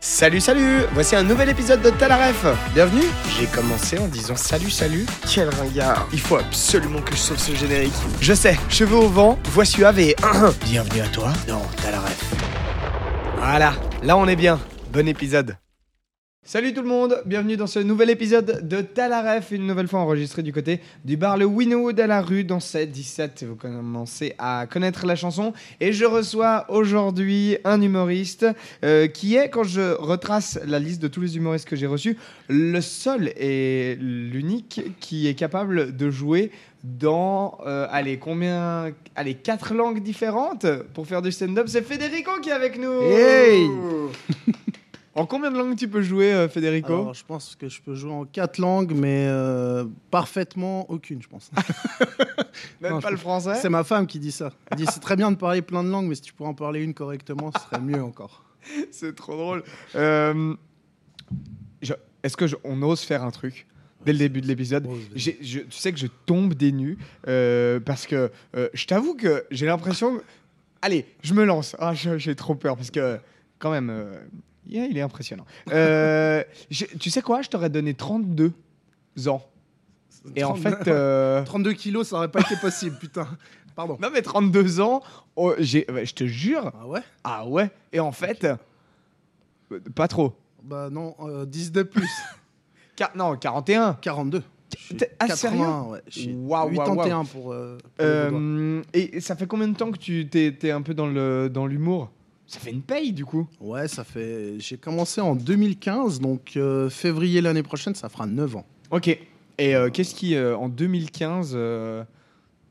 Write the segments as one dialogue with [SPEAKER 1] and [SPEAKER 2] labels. [SPEAKER 1] Salut, salut Voici un nouvel épisode de Talaref
[SPEAKER 2] Bienvenue
[SPEAKER 1] J'ai commencé en disant salut, salut.
[SPEAKER 2] Quel ringard
[SPEAKER 1] Il faut absolument que je sauve ce générique. Je sais, cheveux au vent, voix suave et... Bienvenue à toi Non, Talaref. Voilà, là on est bien. Bon épisode. Salut tout le monde, bienvenue dans ce nouvel épisode de Talaref, une nouvelle fois enregistré du côté du bar Le Winwood à la rue dans 17 Vous commencez à connaître la chanson et je reçois aujourd'hui un humoriste euh, qui est, quand je retrace la liste de tous les humoristes que j'ai reçus, le seul et l'unique qui est capable de jouer dans, euh, allez, combien, allez, quatre langues différentes pour faire du stand-up. C'est Federico qui est avec nous
[SPEAKER 2] Hey
[SPEAKER 1] En combien de langues tu peux jouer, euh, Federico
[SPEAKER 3] Alors, je pense que je peux jouer en quatre langues, mais euh, parfaitement aucune, je
[SPEAKER 1] Ah
[SPEAKER 3] pense.
[SPEAKER 1] Même
[SPEAKER 3] non,
[SPEAKER 1] pas
[SPEAKER 3] je-
[SPEAKER 1] le français
[SPEAKER 3] C'est ma femme qui dit ça. Elle dit c'est très bien de parler plein de langues, mais si tu pouvais en parler une correctement, ce serait mieux encore.
[SPEAKER 1] C'est trop drôle. Euh, je- Est-ce que je- on ose faire un truc dès le début de l'épisode J'ai- je- Tu sais que je tombe des nues euh, parce que euh, je t'avoue que j'ai l'impression. Allez, je me lance. Ah, je- j'ai trop peur parce que quand même, euh, yeah, il est impressionnant. Euh, j'ai- tu sais quoi Je t'aurais donné 32 ans. Et en
[SPEAKER 3] 32
[SPEAKER 1] fait. euh,
[SPEAKER 3] 32 kilos, ça aurait pas été possible, putain. Pardon.
[SPEAKER 1] Non mais 32 ans, oh, j'ai- ouais, je te jure.
[SPEAKER 3] Ah ouais
[SPEAKER 1] Ah ouais Et en fait, euh, pas trop.
[SPEAKER 3] Bah non, euh, 10 de plus.
[SPEAKER 1] Quar- non, 41.
[SPEAKER 3] 42. Je suis
[SPEAKER 1] T'es- ah, sérieux
[SPEAKER 3] 81, ouais. Je suis
[SPEAKER 1] Waouh, waouh,
[SPEAKER 3] 81 pour. euh, pour les deux doigts.
[SPEAKER 1] Euh, et ça fait combien de temps que tu t'es t'es un peu dans le dans l'humour Ça fait une paye du coup.
[SPEAKER 3] Ouais, ça fait. J'ai commencé en 2015, donc euh, février l'année prochaine, ça fera 9 ans.
[SPEAKER 1] Ok. Et euh, qu'est-ce qui euh, en 2015 euh,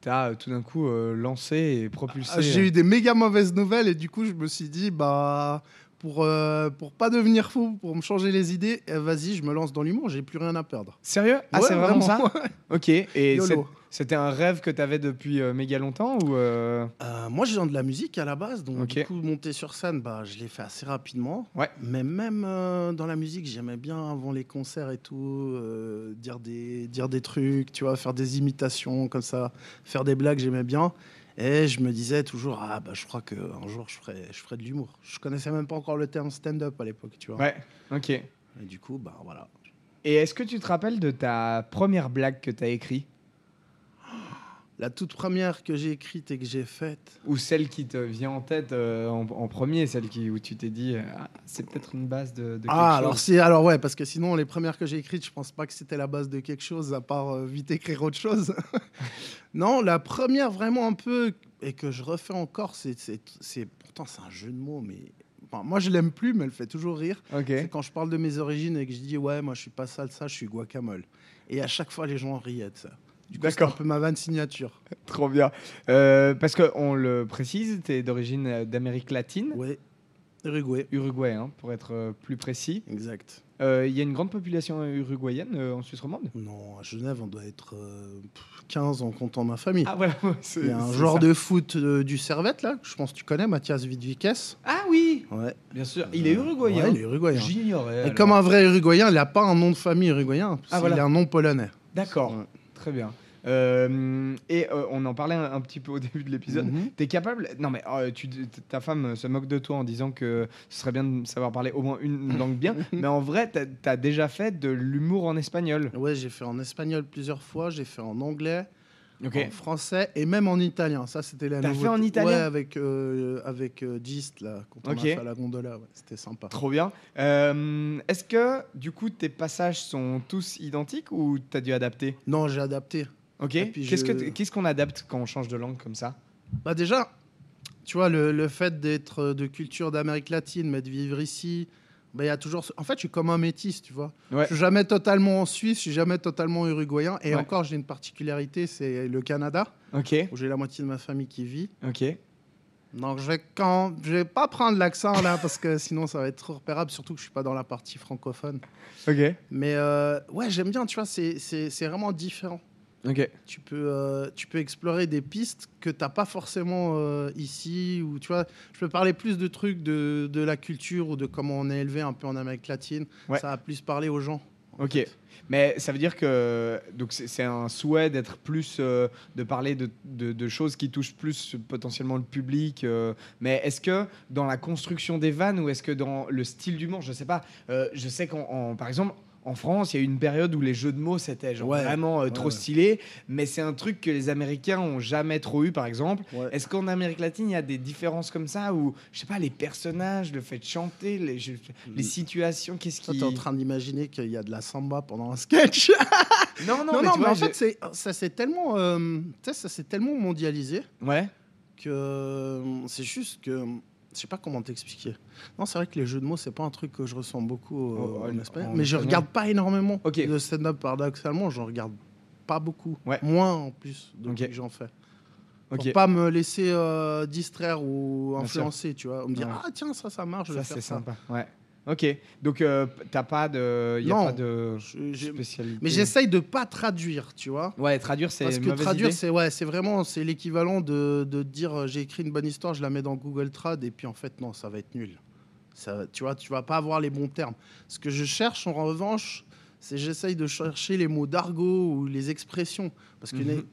[SPEAKER 1] t'as euh, tout d'un coup euh, lancé et propulsé euh
[SPEAKER 3] Ah, J'ai eu des méga mauvaises nouvelles et du coup, je me suis dit, bah, pour, euh, pour pas devenir fou, pour me changer les idées, eh, vas-y, je me lance dans l'humour, j'ai plus rien à perdre.
[SPEAKER 1] Sérieux Ah
[SPEAKER 3] Ouais,
[SPEAKER 1] c'est vraiment, ça
[SPEAKER 3] ouais.
[SPEAKER 1] Ok. Et
[SPEAKER 3] YOLO.
[SPEAKER 1] c'est- c'était un rêve que t'avais depuis euh, méga longtemps ou euh,
[SPEAKER 3] Euh, moi, je viens de la musique à la base, donc
[SPEAKER 1] Ok.
[SPEAKER 3] du coup, monter sur scène, bah, je l'ai fait assez rapidement.
[SPEAKER 1] Ouais.
[SPEAKER 3] Mais même euh, dans la musique, j'aimais bien avant les concerts et tout, euh, dire, des, dire des trucs, tu vois, faire des imitations comme ça, faire des blagues, j'aimais bien. Et je me disais toujours, ah bah je crois qu'un jour je ferai, je ferai de l'humour. Je connaissais même pas encore le terme stand-up à l'époque, tu vois.
[SPEAKER 1] Ouais. Ok.
[SPEAKER 3] Et du coup, bah voilà.
[SPEAKER 1] Et est-ce que tu te rappelles de ta première blague que t'as écrite
[SPEAKER 3] La toute première que j'ai écrite et que j'ai faite,
[SPEAKER 1] ou celle qui te vient en tête euh, en, en premier, celle qui où tu t'es dit euh, Ah, c'est peut-être une base de, de quelque
[SPEAKER 3] Ah,
[SPEAKER 1] chose.
[SPEAKER 3] alors si, alors ouais, parce que sinon, les premières que j'ai écrites, je pense pas que c'était la base de quelque chose, à part euh, vite écrire autre chose. non, la première vraiment un peu, et que je refais encore, c'est, c'est, c'est- pourtant c'est un jeu de mots, mais enfin, moi je l'aime plus, mais elle fait toujours rire.
[SPEAKER 1] Ok.
[SPEAKER 3] C'est quand je parle de mes origines et que je dis, ouais, moi je suis pas salsa, je suis guacamole. Et à chaque fois, les gens riaient de ça. Du coup, c'est un
[SPEAKER 1] D'accord.
[SPEAKER 3] peu ma vanne signature.
[SPEAKER 1] Trop bien. Euh, parce que on le précise, tu es d'origine euh, d'Amérique latine,
[SPEAKER 3] Ouais, Uruguay,
[SPEAKER 1] Uruguay, hein, pour être euh, plus précis.
[SPEAKER 3] exact.
[SPEAKER 1] Euh, Il y a une grande population euh, uruguayenne euh, en Suisse romande.
[SPEAKER 3] Non, à Genève, on doit être euh, pff, 15 en comptant ma famille.
[SPEAKER 1] Ah voilà. c'est-
[SPEAKER 3] Il y a un
[SPEAKER 1] c'est
[SPEAKER 3] joueur
[SPEAKER 1] ça.
[SPEAKER 3] de foot euh, du Servette, là, que je pense que tu connais, Mathias Vidvikes.
[SPEAKER 1] Ah oui,
[SPEAKER 3] Ouais.
[SPEAKER 1] bien sûr. Ah, Il est uruguayen.
[SPEAKER 3] Euh, Ouais, il est uruguayen.
[SPEAKER 1] J'ignorais.
[SPEAKER 3] Et
[SPEAKER 1] alors.
[SPEAKER 3] comme un vrai uruguayen, il n'a pas un nom de famille uruguayen, parce
[SPEAKER 1] Ah,
[SPEAKER 3] qu'il
[SPEAKER 1] voilà.
[SPEAKER 3] a un nom polonais.
[SPEAKER 1] D'accord.
[SPEAKER 3] Ouais.
[SPEAKER 1] Très bien. Euh, et euh, on en parlait un, un petit peu au début de l'épisode.
[SPEAKER 3] Mhm.
[SPEAKER 1] T'es capable Non mais euh, tu- t- ta femme euh, se moque de toi en disant que ce serait bien de savoir parler au moins une langue bien, mais en vrai, t'as as déjà fait de l'humour en espagnol.
[SPEAKER 3] Ouais, j'ai fait en espagnol plusieurs fois, j'ai fait en anglais, en français et même en italien. Ça, c'était la
[SPEAKER 1] T'as
[SPEAKER 3] nouveauté.
[SPEAKER 1] fait en italien
[SPEAKER 3] Ouais, avec, euh, avec euh, Gist, là, quand on
[SPEAKER 1] Ok.
[SPEAKER 3] a fait la gondola. ouais, C'était sympa.
[SPEAKER 1] Trop bien. Euh, Est-ce que du coup tes passages sont tous identiques ou t'as dû adapter
[SPEAKER 3] Non, j'ai adapté.
[SPEAKER 1] Ok.
[SPEAKER 3] Et puis
[SPEAKER 1] Qu'est-ce
[SPEAKER 3] je-
[SPEAKER 1] que t- qu'est-ce qu'on adapte quand on change de langue comme ça
[SPEAKER 3] Bah déjà, tu vois, le, le fait d'être euh, de culture d'Amérique latine, mais de vivre ici, bah, il y a toujours... ce- En fait, je suis comme un métis, tu vois.
[SPEAKER 1] Ouais.
[SPEAKER 3] Je suis jamais totalement en Suisse, je suis jamais totalement uruguayen. Et
[SPEAKER 1] Ouais.
[SPEAKER 3] encore, j'ai une particularité, c'est le Canada,
[SPEAKER 1] Ok.
[SPEAKER 3] où j'ai la moitié de ma famille qui vit.
[SPEAKER 1] Ok.
[SPEAKER 3] Donc, je vais, quand... je vais pas prendre l'accent là, parce que sinon, ça va être trop repérable, surtout que je suis pas dans la partie francophone.
[SPEAKER 1] Ok.
[SPEAKER 3] Mais euh, ouais, j'aime bien, tu vois, c'est- c'est c'est vraiment différent
[SPEAKER 1] Ok.
[SPEAKER 3] tu peux, euh, tu peux explorer des pistes que t'as pas forcément euh, ici. Ou, tu vois, je peux parler plus de trucs de, de la culture ou de comment on est élevé un peu en Amérique latine.
[SPEAKER 1] Ouais.
[SPEAKER 3] Ça va plus parler aux gens. en
[SPEAKER 1] Ok.
[SPEAKER 3] fait.
[SPEAKER 1] Mais ça veut dire que donc c'est c'est un souhait d'être plus euh, de parler de, de- de choses qui touchent plus potentiellement le public. euh, mais est-ce que dans la construction des vannes ou est-ce que dans le style d'humour, je sais pas. euh, je sais qu'en en- par exemple. En France, il y a eu une période où les jeux de mots c'était genre
[SPEAKER 3] Ouais.
[SPEAKER 1] vraiment euh, trop
[SPEAKER 3] ouais.
[SPEAKER 1] stylé, mais c'est un truc que les Américains ont jamais trop eu, par exemple.
[SPEAKER 3] Ouais.
[SPEAKER 1] Est-ce qu'en Amérique latine, il y a des différences comme ça où, je sais pas, les personnages, le fait de chanter, les, je- les situations, qu'est-ce
[SPEAKER 3] Hmm. Toi,
[SPEAKER 1] qui.
[SPEAKER 3] t'es en train d'imaginer qu'il y a de la samba pendant un sketch.
[SPEAKER 1] Non, non,
[SPEAKER 3] Non, non,
[SPEAKER 1] mais,
[SPEAKER 3] mais,
[SPEAKER 1] tu vois,
[SPEAKER 3] en
[SPEAKER 1] j'ai-
[SPEAKER 3] fait, c'est- ça s'est tellement, euh, tu sais, ça s'est tellement mondialisé
[SPEAKER 1] Ouais.
[SPEAKER 3] que euh, c'est juste que. Je sais pas comment t'expliquer. Non, c'est vrai que les jeux de mots, c'est pas un truc que je ressens beaucoup euh,
[SPEAKER 1] Oh,
[SPEAKER 3] en
[SPEAKER 1] en-
[SPEAKER 3] Espagne.
[SPEAKER 1] en
[SPEAKER 3] mais je
[SPEAKER 1] espagnol.
[SPEAKER 3] regarde pas énormément
[SPEAKER 1] Ok.
[SPEAKER 3] de stand-up paradoxalement. J'en regarde pas beaucoup.
[SPEAKER 1] Ouais.
[SPEAKER 3] Moins en plus de
[SPEAKER 1] Ok.
[SPEAKER 3] ce que j'en fais. Pour
[SPEAKER 1] Ok.
[SPEAKER 3] pas me laisser euh, distraire ou
[SPEAKER 1] Bien
[SPEAKER 3] influencer, tu vois. Ou me dire,
[SPEAKER 1] Ouais.
[SPEAKER 3] ah tiens, ça, ça marche, je vais
[SPEAKER 1] Ça,
[SPEAKER 3] faire
[SPEAKER 1] c'est
[SPEAKER 3] ça.
[SPEAKER 1] sympa. Ouais. Ok. Donc, euh, p- t'as pas de. Il a
[SPEAKER 3] Non.
[SPEAKER 1] pas de
[SPEAKER 3] Je- j'ai-
[SPEAKER 1] spécialité.
[SPEAKER 3] Mais j'essaye de pas traduire, tu vois.
[SPEAKER 1] Ouais, traduire, c'est.
[SPEAKER 3] Parce
[SPEAKER 1] une
[SPEAKER 3] que
[SPEAKER 1] mauvaise
[SPEAKER 3] traduire,
[SPEAKER 1] idée.
[SPEAKER 3] c'est ouais, c'est vraiment c'est l'équivalent de, de dire euh, j'ai écrit une bonne histoire, je la mets dans Google Trad et puis en fait non, ça va être nul. Ça, tu vois, tu vas pas avoir les bons termes. Ce que je cherche en revanche, c'est j'essaye de chercher les mots d'argot ou les expressions parce que
[SPEAKER 1] Mhm.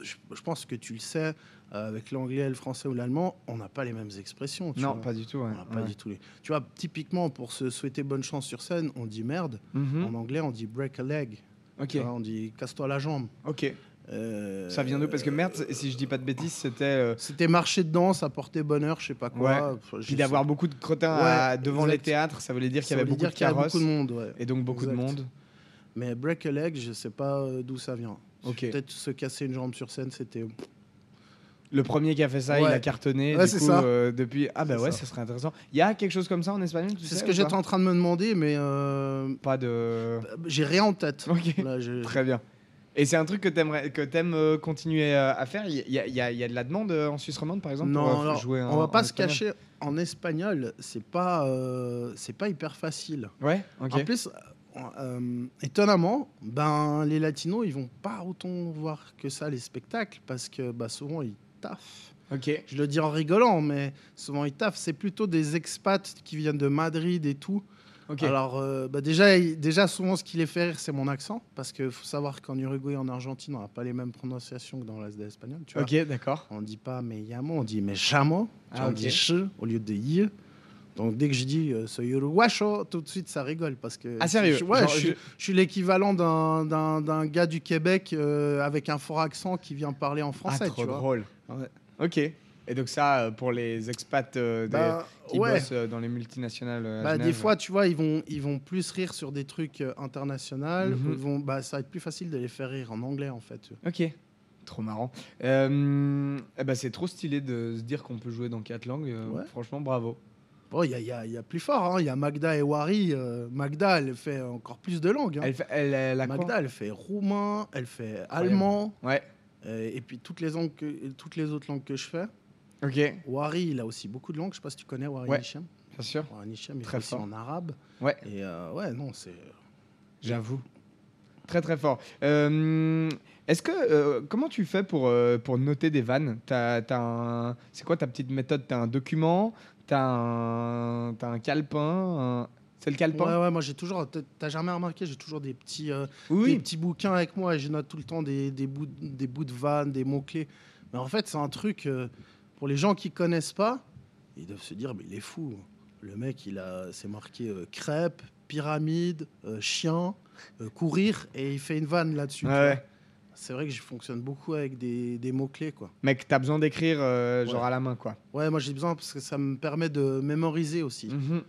[SPEAKER 3] je, je pense que tu le sais euh, avec l'anglais, le français ou l'allemand, on n'a pas les mêmes expressions. tu
[SPEAKER 1] Non,
[SPEAKER 3] vois.
[SPEAKER 1] pas du tout. ouais.
[SPEAKER 3] On n'a pas
[SPEAKER 1] Ouais.
[SPEAKER 3] du tout les. Tu vois, typiquement pour se souhaiter bonne chance sur scène, on dit merde.
[SPEAKER 1] Mhm.
[SPEAKER 3] En anglais, on dit break a leg.
[SPEAKER 1] Ok.
[SPEAKER 3] Tu vois, on dit casse-toi la jambe.
[SPEAKER 1] Ok.
[SPEAKER 3] Euh,
[SPEAKER 1] Ça vient d'où Parce que merde, c'est- si je dis pas de bêtises, c'était. euh,
[SPEAKER 3] C'était marcher dedans, ça portait bonheur, je sais pas quoi. Pff, je
[SPEAKER 1] Puis
[SPEAKER 3] sais-
[SPEAKER 1] d'avoir beaucoup de crottins
[SPEAKER 3] Ouais,
[SPEAKER 1] à- devant les
[SPEAKER 3] exact.
[SPEAKER 1] théâtres, ça voulait dire qu'il y
[SPEAKER 3] ça
[SPEAKER 1] avait
[SPEAKER 3] voulait
[SPEAKER 1] beaucoup
[SPEAKER 3] dire
[SPEAKER 1] de
[SPEAKER 3] qu'il y avait
[SPEAKER 1] carrosses.
[SPEAKER 3] beaucoup de monde, ouais.
[SPEAKER 1] Et donc beaucoup de
[SPEAKER 3] Exact.
[SPEAKER 1] monde.
[SPEAKER 3] Mais break a leg, je sais pas euh, d'où ça vient.
[SPEAKER 1] Ok.
[SPEAKER 3] Peut-être se casser une jambe sur scène, c'était.
[SPEAKER 1] Le premier qui a fait ça, il
[SPEAKER 3] Ouais.
[SPEAKER 1] a cartonné.
[SPEAKER 3] Ouais,
[SPEAKER 1] du
[SPEAKER 3] c'est
[SPEAKER 1] coup,
[SPEAKER 3] ça.
[SPEAKER 1] euh, depuis. Ah bah
[SPEAKER 3] C'est
[SPEAKER 1] ouais, ça.
[SPEAKER 3] ça.
[SPEAKER 1] serait intéressant. Il y a quelque chose comme ça en espagnol tu
[SPEAKER 3] C'est
[SPEAKER 1] sais,
[SPEAKER 3] ce
[SPEAKER 1] ou
[SPEAKER 3] que j'étais
[SPEAKER 1] pas
[SPEAKER 3] en train de me demander, mais euh,
[SPEAKER 1] Pas de.
[SPEAKER 3] j'ai rien en tête.
[SPEAKER 1] Ok.
[SPEAKER 3] Là, j'ai-
[SPEAKER 1] Très bien. Et c'est un truc que t'aimerais, que t'aimes euh, continuer euh, à faire. Il y, a- il y a il y a de la demande euh, en Suisse romande, par exemple.
[SPEAKER 3] non,
[SPEAKER 1] pour, euh,
[SPEAKER 3] alors,
[SPEAKER 1] jouer
[SPEAKER 3] on
[SPEAKER 1] en-
[SPEAKER 3] va pas
[SPEAKER 1] en
[SPEAKER 3] se
[SPEAKER 1] espagnol
[SPEAKER 3] cacher. En espagnol, c'est pas, euh, c'est pas hyper facile.
[SPEAKER 1] Ouais. Ok.
[SPEAKER 3] En plus, euh, euh, étonnamment, ben, les latinos, ils vont pas autant voir que ça les spectacles parce que bah, souvent ils taffent.
[SPEAKER 1] Ok.
[SPEAKER 3] Je le dis en rigolant, mais souvent ils taffent. C'est plutôt des expats qui viennent de Madrid et tout.
[SPEAKER 1] Ok.
[SPEAKER 3] Alors, euh, bah, déjà, il- déjà, souvent, ce qui les fait rire, c'est mon accent parce qu'il faut savoir qu'en Uruguay et en Argentine, on n'a pas les mêmes prononciations que dans l'Est de l'Espagnol. Tu vois.
[SPEAKER 1] ok. D'accord.
[SPEAKER 3] On dit pas mais yamo, on dit mais chamo. Tu vois,
[SPEAKER 1] Ah,
[SPEAKER 3] on
[SPEAKER 1] ok.
[SPEAKER 3] dit che au lieu de ye. Donc dès que je dis euh, soy uruguayo, tout de suite ça rigole parce que.
[SPEAKER 1] Ah, sérieux
[SPEAKER 3] je, ouais,
[SPEAKER 1] Genre,
[SPEAKER 3] je,
[SPEAKER 1] je-
[SPEAKER 3] suis- je suis l'équivalent d'un- d'un d'un gars du Québec euh, avec un fort accent qui vient parler en français,
[SPEAKER 1] ah, trop
[SPEAKER 3] tu vois.
[SPEAKER 1] drôle.
[SPEAKER 3] Ouais.
[SPEAKER 1] Ok. Et donc ça, euh, pour les expats euh, des-
[SPEAKER 3] Bah,
[SPEAKER 1] qui
[SPEAKER 3] ouais.
[SPEAKER 1] bossent euh, dans les multinationales. euh, à
[SPEAKER 3] Bah, des
[SPEAKER 1] Genève.
[SPEAKER 3] fois, tu vois, ils vont, ils vont plus rire sur des trucs euh, internationaux.
[SPEAKER 1] Mhm.
[SPEAKER 3] ou ils vont, bah, ça va être plus facile de les faire rire en anglais, en fait.
[SPEAKER 1] Ok. Trop marrant. Euh, eh ben, c'est trop stylé de se dire qu'on peut jouer dans quatre langues. euh,
[SPEAKER 3] Ouais.
[SPEAKER 1] Franchement, bravo.
[SPEAKER 3] Bon, il y a, il y a- il y a plus fort. hein. Il y a Magda et Wari. euh, Magda, elle fait encore plus de langues. hein.
[SPEAKER 1] Elle, fait- elle, elle a quoi
[SPEAKER 3] Magda, elle fait roumain, elle fait allemand,
[SPEAKER 1] Ouais.
[SPEAKER 3] euh, et puis toutes les, langues que- toutes les autres langues que je fais.
[SPEAKER 1] Ok. Bien
[SPEAKER 3] Wari, il a aussi beaucoup de langues. Je sais pas si tu connais Wari
[SPEAKER 1] Ouais.
[SPEAKER 3] Nishem.
[SPEAKER 1] sûr.
[SPEAKER 3] Wari Nishem, il
[SPEAKER 1] Très
[SPEAKER 3] est aussi
[SPEAKER 1] fort.
[SPEAKER 3] en arabe.
[SPEAKER 1] Ouais.
[SPEAKER 3] Et euh, ouais, non, c'est.
[SPEAKER 1] J'avoue. Très très fort. Euh, Est-ce que euh, comment tu fais pour, euh, pour noter des vannes T'as- t'as un- C'est quoi ta petite méthode T'as un document T'as un... t'as un calepin un- C'est le
[SPEAKER 3] Ouais,
[SPEAKER 1] calepin
[SPEAKER 3] ouais, moi j'ai toujours. t'as- T'as jamais remarqué, j'ai toujours des petits, euh, des
[SPEAKER 1] Oui.
[SPEAKER 3] petits bouquins avec moi et je note tout le temps des, des, bouts, de- des bouts de vannes, des mots-clés. Mais en fait, c'est un truc. euh, pour les gens qui connaissent pas, ils doivent se dire, mais il est fou. Le mec, il a, c'est marqué euh, crêpe, pyramide, euh, chien, euh, courir, et il fait une vanne là-dessus. tu
[SPEAKER 1] Ouais,
[SPEAKER 3] vois.
[SPEAKER 1] ouais.
[SPEAKER 3] C'est vrai que je fonctionne beaucoup avec des, des mots-clés, quoi.
[SPEAKER 1] Mec, t'as besoin d'écrire euh, genre
[SPEAKER 3] Ouais.
[SPEAKER 1] à la main quoi.
[SPEAKER 3] Ouais, moi j'ai besoin parce que ça me permet de mémoriser aussi.
[SPEAKER 1] Mhm.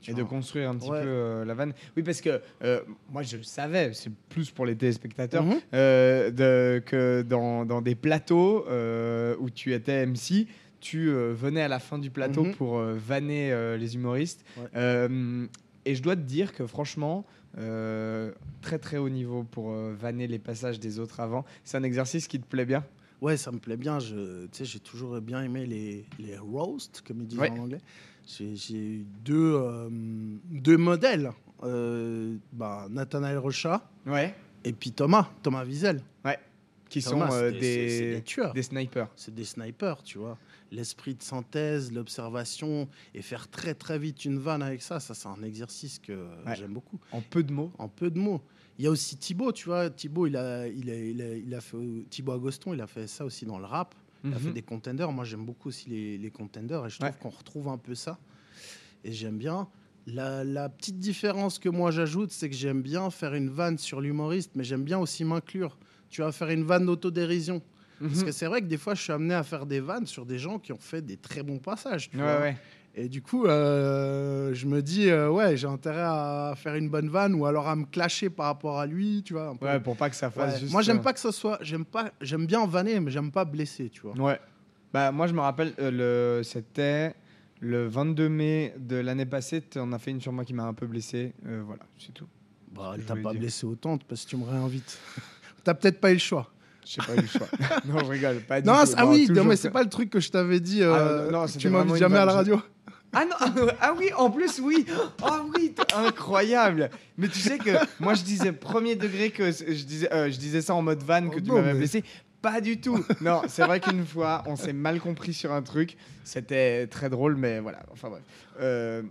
[SPEAKER 3] tu
[SPEAKER 1] Et de
[SPEAKER 3] vois.
[SPEAKER 1] construire un petit
[SPEAKER 3] Ouais.
[SPEAKER 1] peu euh, la vanne. Oui, parce que euh, moi je savais, c'est plus pour les téléspectateurs,
[SPEAKER 3] Mhm.
[SPEAKER 1] euh, de, que dans, dans des plateaux euh, où tu étais MC, tu euh, venais à la fin du plateau
[SPEAKER 3] Mhm.
[SPEAKER 1] pour euh, vanner euh, les humoristes.
[SPEAKER 3] Ouais.
[SPEAKER 1] Euh, et je dois te dire que franchement, euh, très très haut niveau pour euh, vanner les passages des autres avant. C'est un exercice qui te plaît bien.
[SPEAKER 3] Ouais, ça me plaît bien. Je, tu sais, j'ai toujours bien aimé les, les roasts, comme ils disent
[SPEAKER 1] Ouais.
[SPEAKER 3] en anglais. J'ai, j'ai eu deux, euh, deux modèles. Euh, bah, Nathanaël Rocha
[SPEAKER 1] Ouais.
[SPEAKER 3] et puis Thomas, Thomas Wiesel.
[SPEAKER 1] Ouais. qui
[SPEAKER 3] Thomas,
[SPEAKER 1] sont euh,
[SPEAKER 3] c'est- c'est- c'est
[SPEAKER 1] des,
[SPEAKER 3] des tueurs.
[SPEAKER 1] des snipers.
[SPEAKER 3] C'est des snipers, tu vois. L'esprit de synthèse, l'observation et faire très très vite une vanne avec ça, ça c'est un exercice que euh,
[SPEAKER 1] Ouais.
[SPEAKER 3] j'aime beaucoup.
[SPEAKER 1] En peu de mots.
[SPEAKER 3] En peu de mots. Il y a aussi Thibaut, tu vois. Thibaut, il a, il a, il a, il a fait, Thibaut Agoston, il a fait ça aussi dans le rap. Il a fait
[SPEAKER 1] Mhm.
[SPEAKER 3] des contenders. Moi, j'aime beaucoup aussi les, les contenders et je trouve
[SPEAKER 1] Ouais.
[SPEAKER 3] qu'on retrouve un peu ça. Et j'aime bien. La, la petite différence que moi j'ajoute, c'est que j'aime bien faire une vanne sur l'humoriste, mais j'aime bien aussi m'inclure. Tu vas faire une vanne d'autodérision. Parce
[SPEAKER 1] Mhm.
[SPEAKER 3] que c'est vrai que des fois, je suis amené à faire des vannes sur des gens qui ont fait des très bons passages. tu vois.
[SPEAKER 1] Ouais, ouais.
[SPEAKER 3] Et du coup, euh, je me dis, euh, ouais, j'ai intérêt à faire une bonne vanne ou alors à me clasher par rapport à lui, tu vois. un peu.
[SPEAKER 1] Ouais, pour pas que ça fasse
[SPEAKER 3] Ouais.
[SPEAKER 1] juste.
[SPEAKER 3] Moi,
[SPEAKER 1] euh,
[SPEAKER 3] j'aime pas que ce soit. J'aime pas. J'aime bien vanner, mais j'aime pas blesser, tu vois.
[SPEAKER 1] Ouais. Bah, moi, je me rappelle, euh, le... c'était le 22 mai de l'année passée. On a fait une sur moi qui m'a un peu blessé. Euh, voilà, c'est tout.
[SPEAKER 3] Bah,
[SPEAKER 1] Je
[SPEAKER 3] t'as
[SPEAKER 1] voulais
[SPEAKER 3] pas
[SPEAKER 1] dire.
[SPEAKER 3] blessé autant parce que tu me réinvites. t'as peut-être pas eu le choix.
[SPEAKER 1] J'ai pas eu le choix. non, je rigole. Pas du
[SPEAKER 3] Non,
[SPEAKER 1] tout.
[SPEAKER 3] c'est- ah
[SPEAKER 1] Bon,
[SPEAKER 3] oui, non,
[SPEAKER 1] toujours
[SPEAKER 3] mais
[SPEAKER 1] que- Ah,
[SPEAKER 3] c'est pas le truc que je t'avais dit. euh,
[SPEAKER 1] non, non,
[SPEAKER 3] que
[SPEAKER 1] c'était
[SPEAKER 3] tu
[SPEAKER 1] vraiment
[SPEAKER 3] m'invites
[SPEAKER 1] une
[SPEAKER 3] jamais à la
[SPEAKER 1] vanne,
[SPEAKER 3] radio.
[SPEAKER 1] Ah non, ah oui, en plus, oui. Ah oui, t- incroyable. Mais tu sais que moi, je disais premier degré que c- je disais, euh, je disais ça en mode van que
[SPEAKER 3] Oh
[SPEAKER 1] tu
[SPEAKER 3] non,
[SPEAKER 1] m'avais
[SPEAKER 3] mais-
[SPEAKER 1] blessé. Pas du tout. Non, c'est vrai qu'une fois, on s'est mal compris sur un truc. C'était très drôle, mais voilà. Enfin bref. Euh,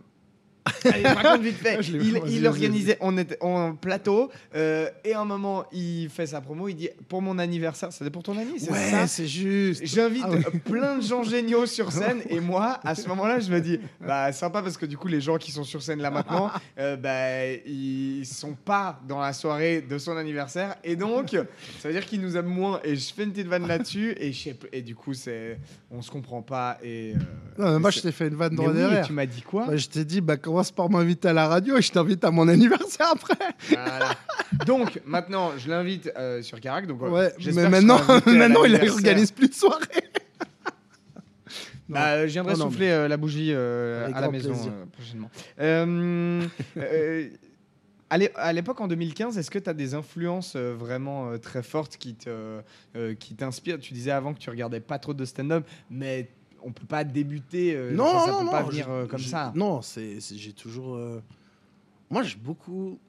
[SPEAKER 1] Allez, je raconte vite fait.
[SPEAKER 3] Je l'ai-
[SPEAKER 1] Il,
[SPEAKER 3] vas-y,
[SPEAKER 1] il
[SPEAKER 3] vas-y,
[SPEAKER 1] organisait, on était en plateau, euh, et à un moment, il fait sa promo. Il dit pour mon anniversaire, c'était pour ton anniversaire c'est ça
[SPEAKER 3] c'est juste.
[SPEAKER 1] J'invite
[SPEAKER 3] Ah oui.
[SPEAKER 1] plein de gens géniaux sur scène et moi, à ce moment-là, je me dis, bah sympa parce que du coup, les gens qui sont sur scène là maintenant, euh, bah ils sont pas dans la soirée de son anniversaire et donc ça veut dire qu'ils nous aiment moins et je fais une petite vanne là-dessus et je sais p- et du coup c'est on se comprend pas et euh,
[SPEAKER 3] Non, mais moi,
[SPEAKER 1] c'est-
[SPEAKER 3] je t'ai fait une vanne
[SPEAKER 1] Mais
[SPEAKER 3] dans
[SPEAKER 1] oui,
[SPEAKER 3] les
[SPEAKER 1] et tu m'as dit quoi
[SPEAKER 3] Bah, je t'ai dit, bah, commence par m'inviter à la radio et je t'invite à mon anniversaire après.
[SPEAKER 1] Voilà. Donc maintenant, je l'invite euh, sur Carac. Donc euh,
[SPEAKER 3] Ouais,
[SPEAKER 1] j'espère
[SPEAKER 3] mais
[SPEAKER 1] que je
[SPEAKER 3] maintenant,
[SPEAKER 1] serai invité à
[SPEAKER 3] maintenant il
[SPEAKER 1] l'anniversaire.
[SPEAKER 3] organise plus de soirées.
[SPEAKER 1] Bah, euh, je viendrai
[SPEAKER 3] Non, non,
[SPEAKER 1] souffler euh, la bougie euh,
[SPEAKER 3] Avec
[SPEAKER 1] à la
[SPEAKER 3] grand
[SPEAKER 1] maison
[SPEAKER 3] plaisir.
[SPEAKER 1] euh, prochainement. Euh, euh, à l'é- à l'époque, en 2015, est-ce que tu as des influences euh, vraiment euh, très fortes qui te, euh, qui t'inspirent Tu disais avant que tu regardais pas trop de stand-up, mais on peut pas débuter. euh, enfin, ça peut pas venir
[SPEAKER 3] je-
[SPEAKER 1] euh, comme
[SPEAKER 3] je-
[SPEAKER 1] ça.
[SPEAKER 3] Non, c'est, c'est- j'ai toujours. euh, Moi, j'ai beaucoup.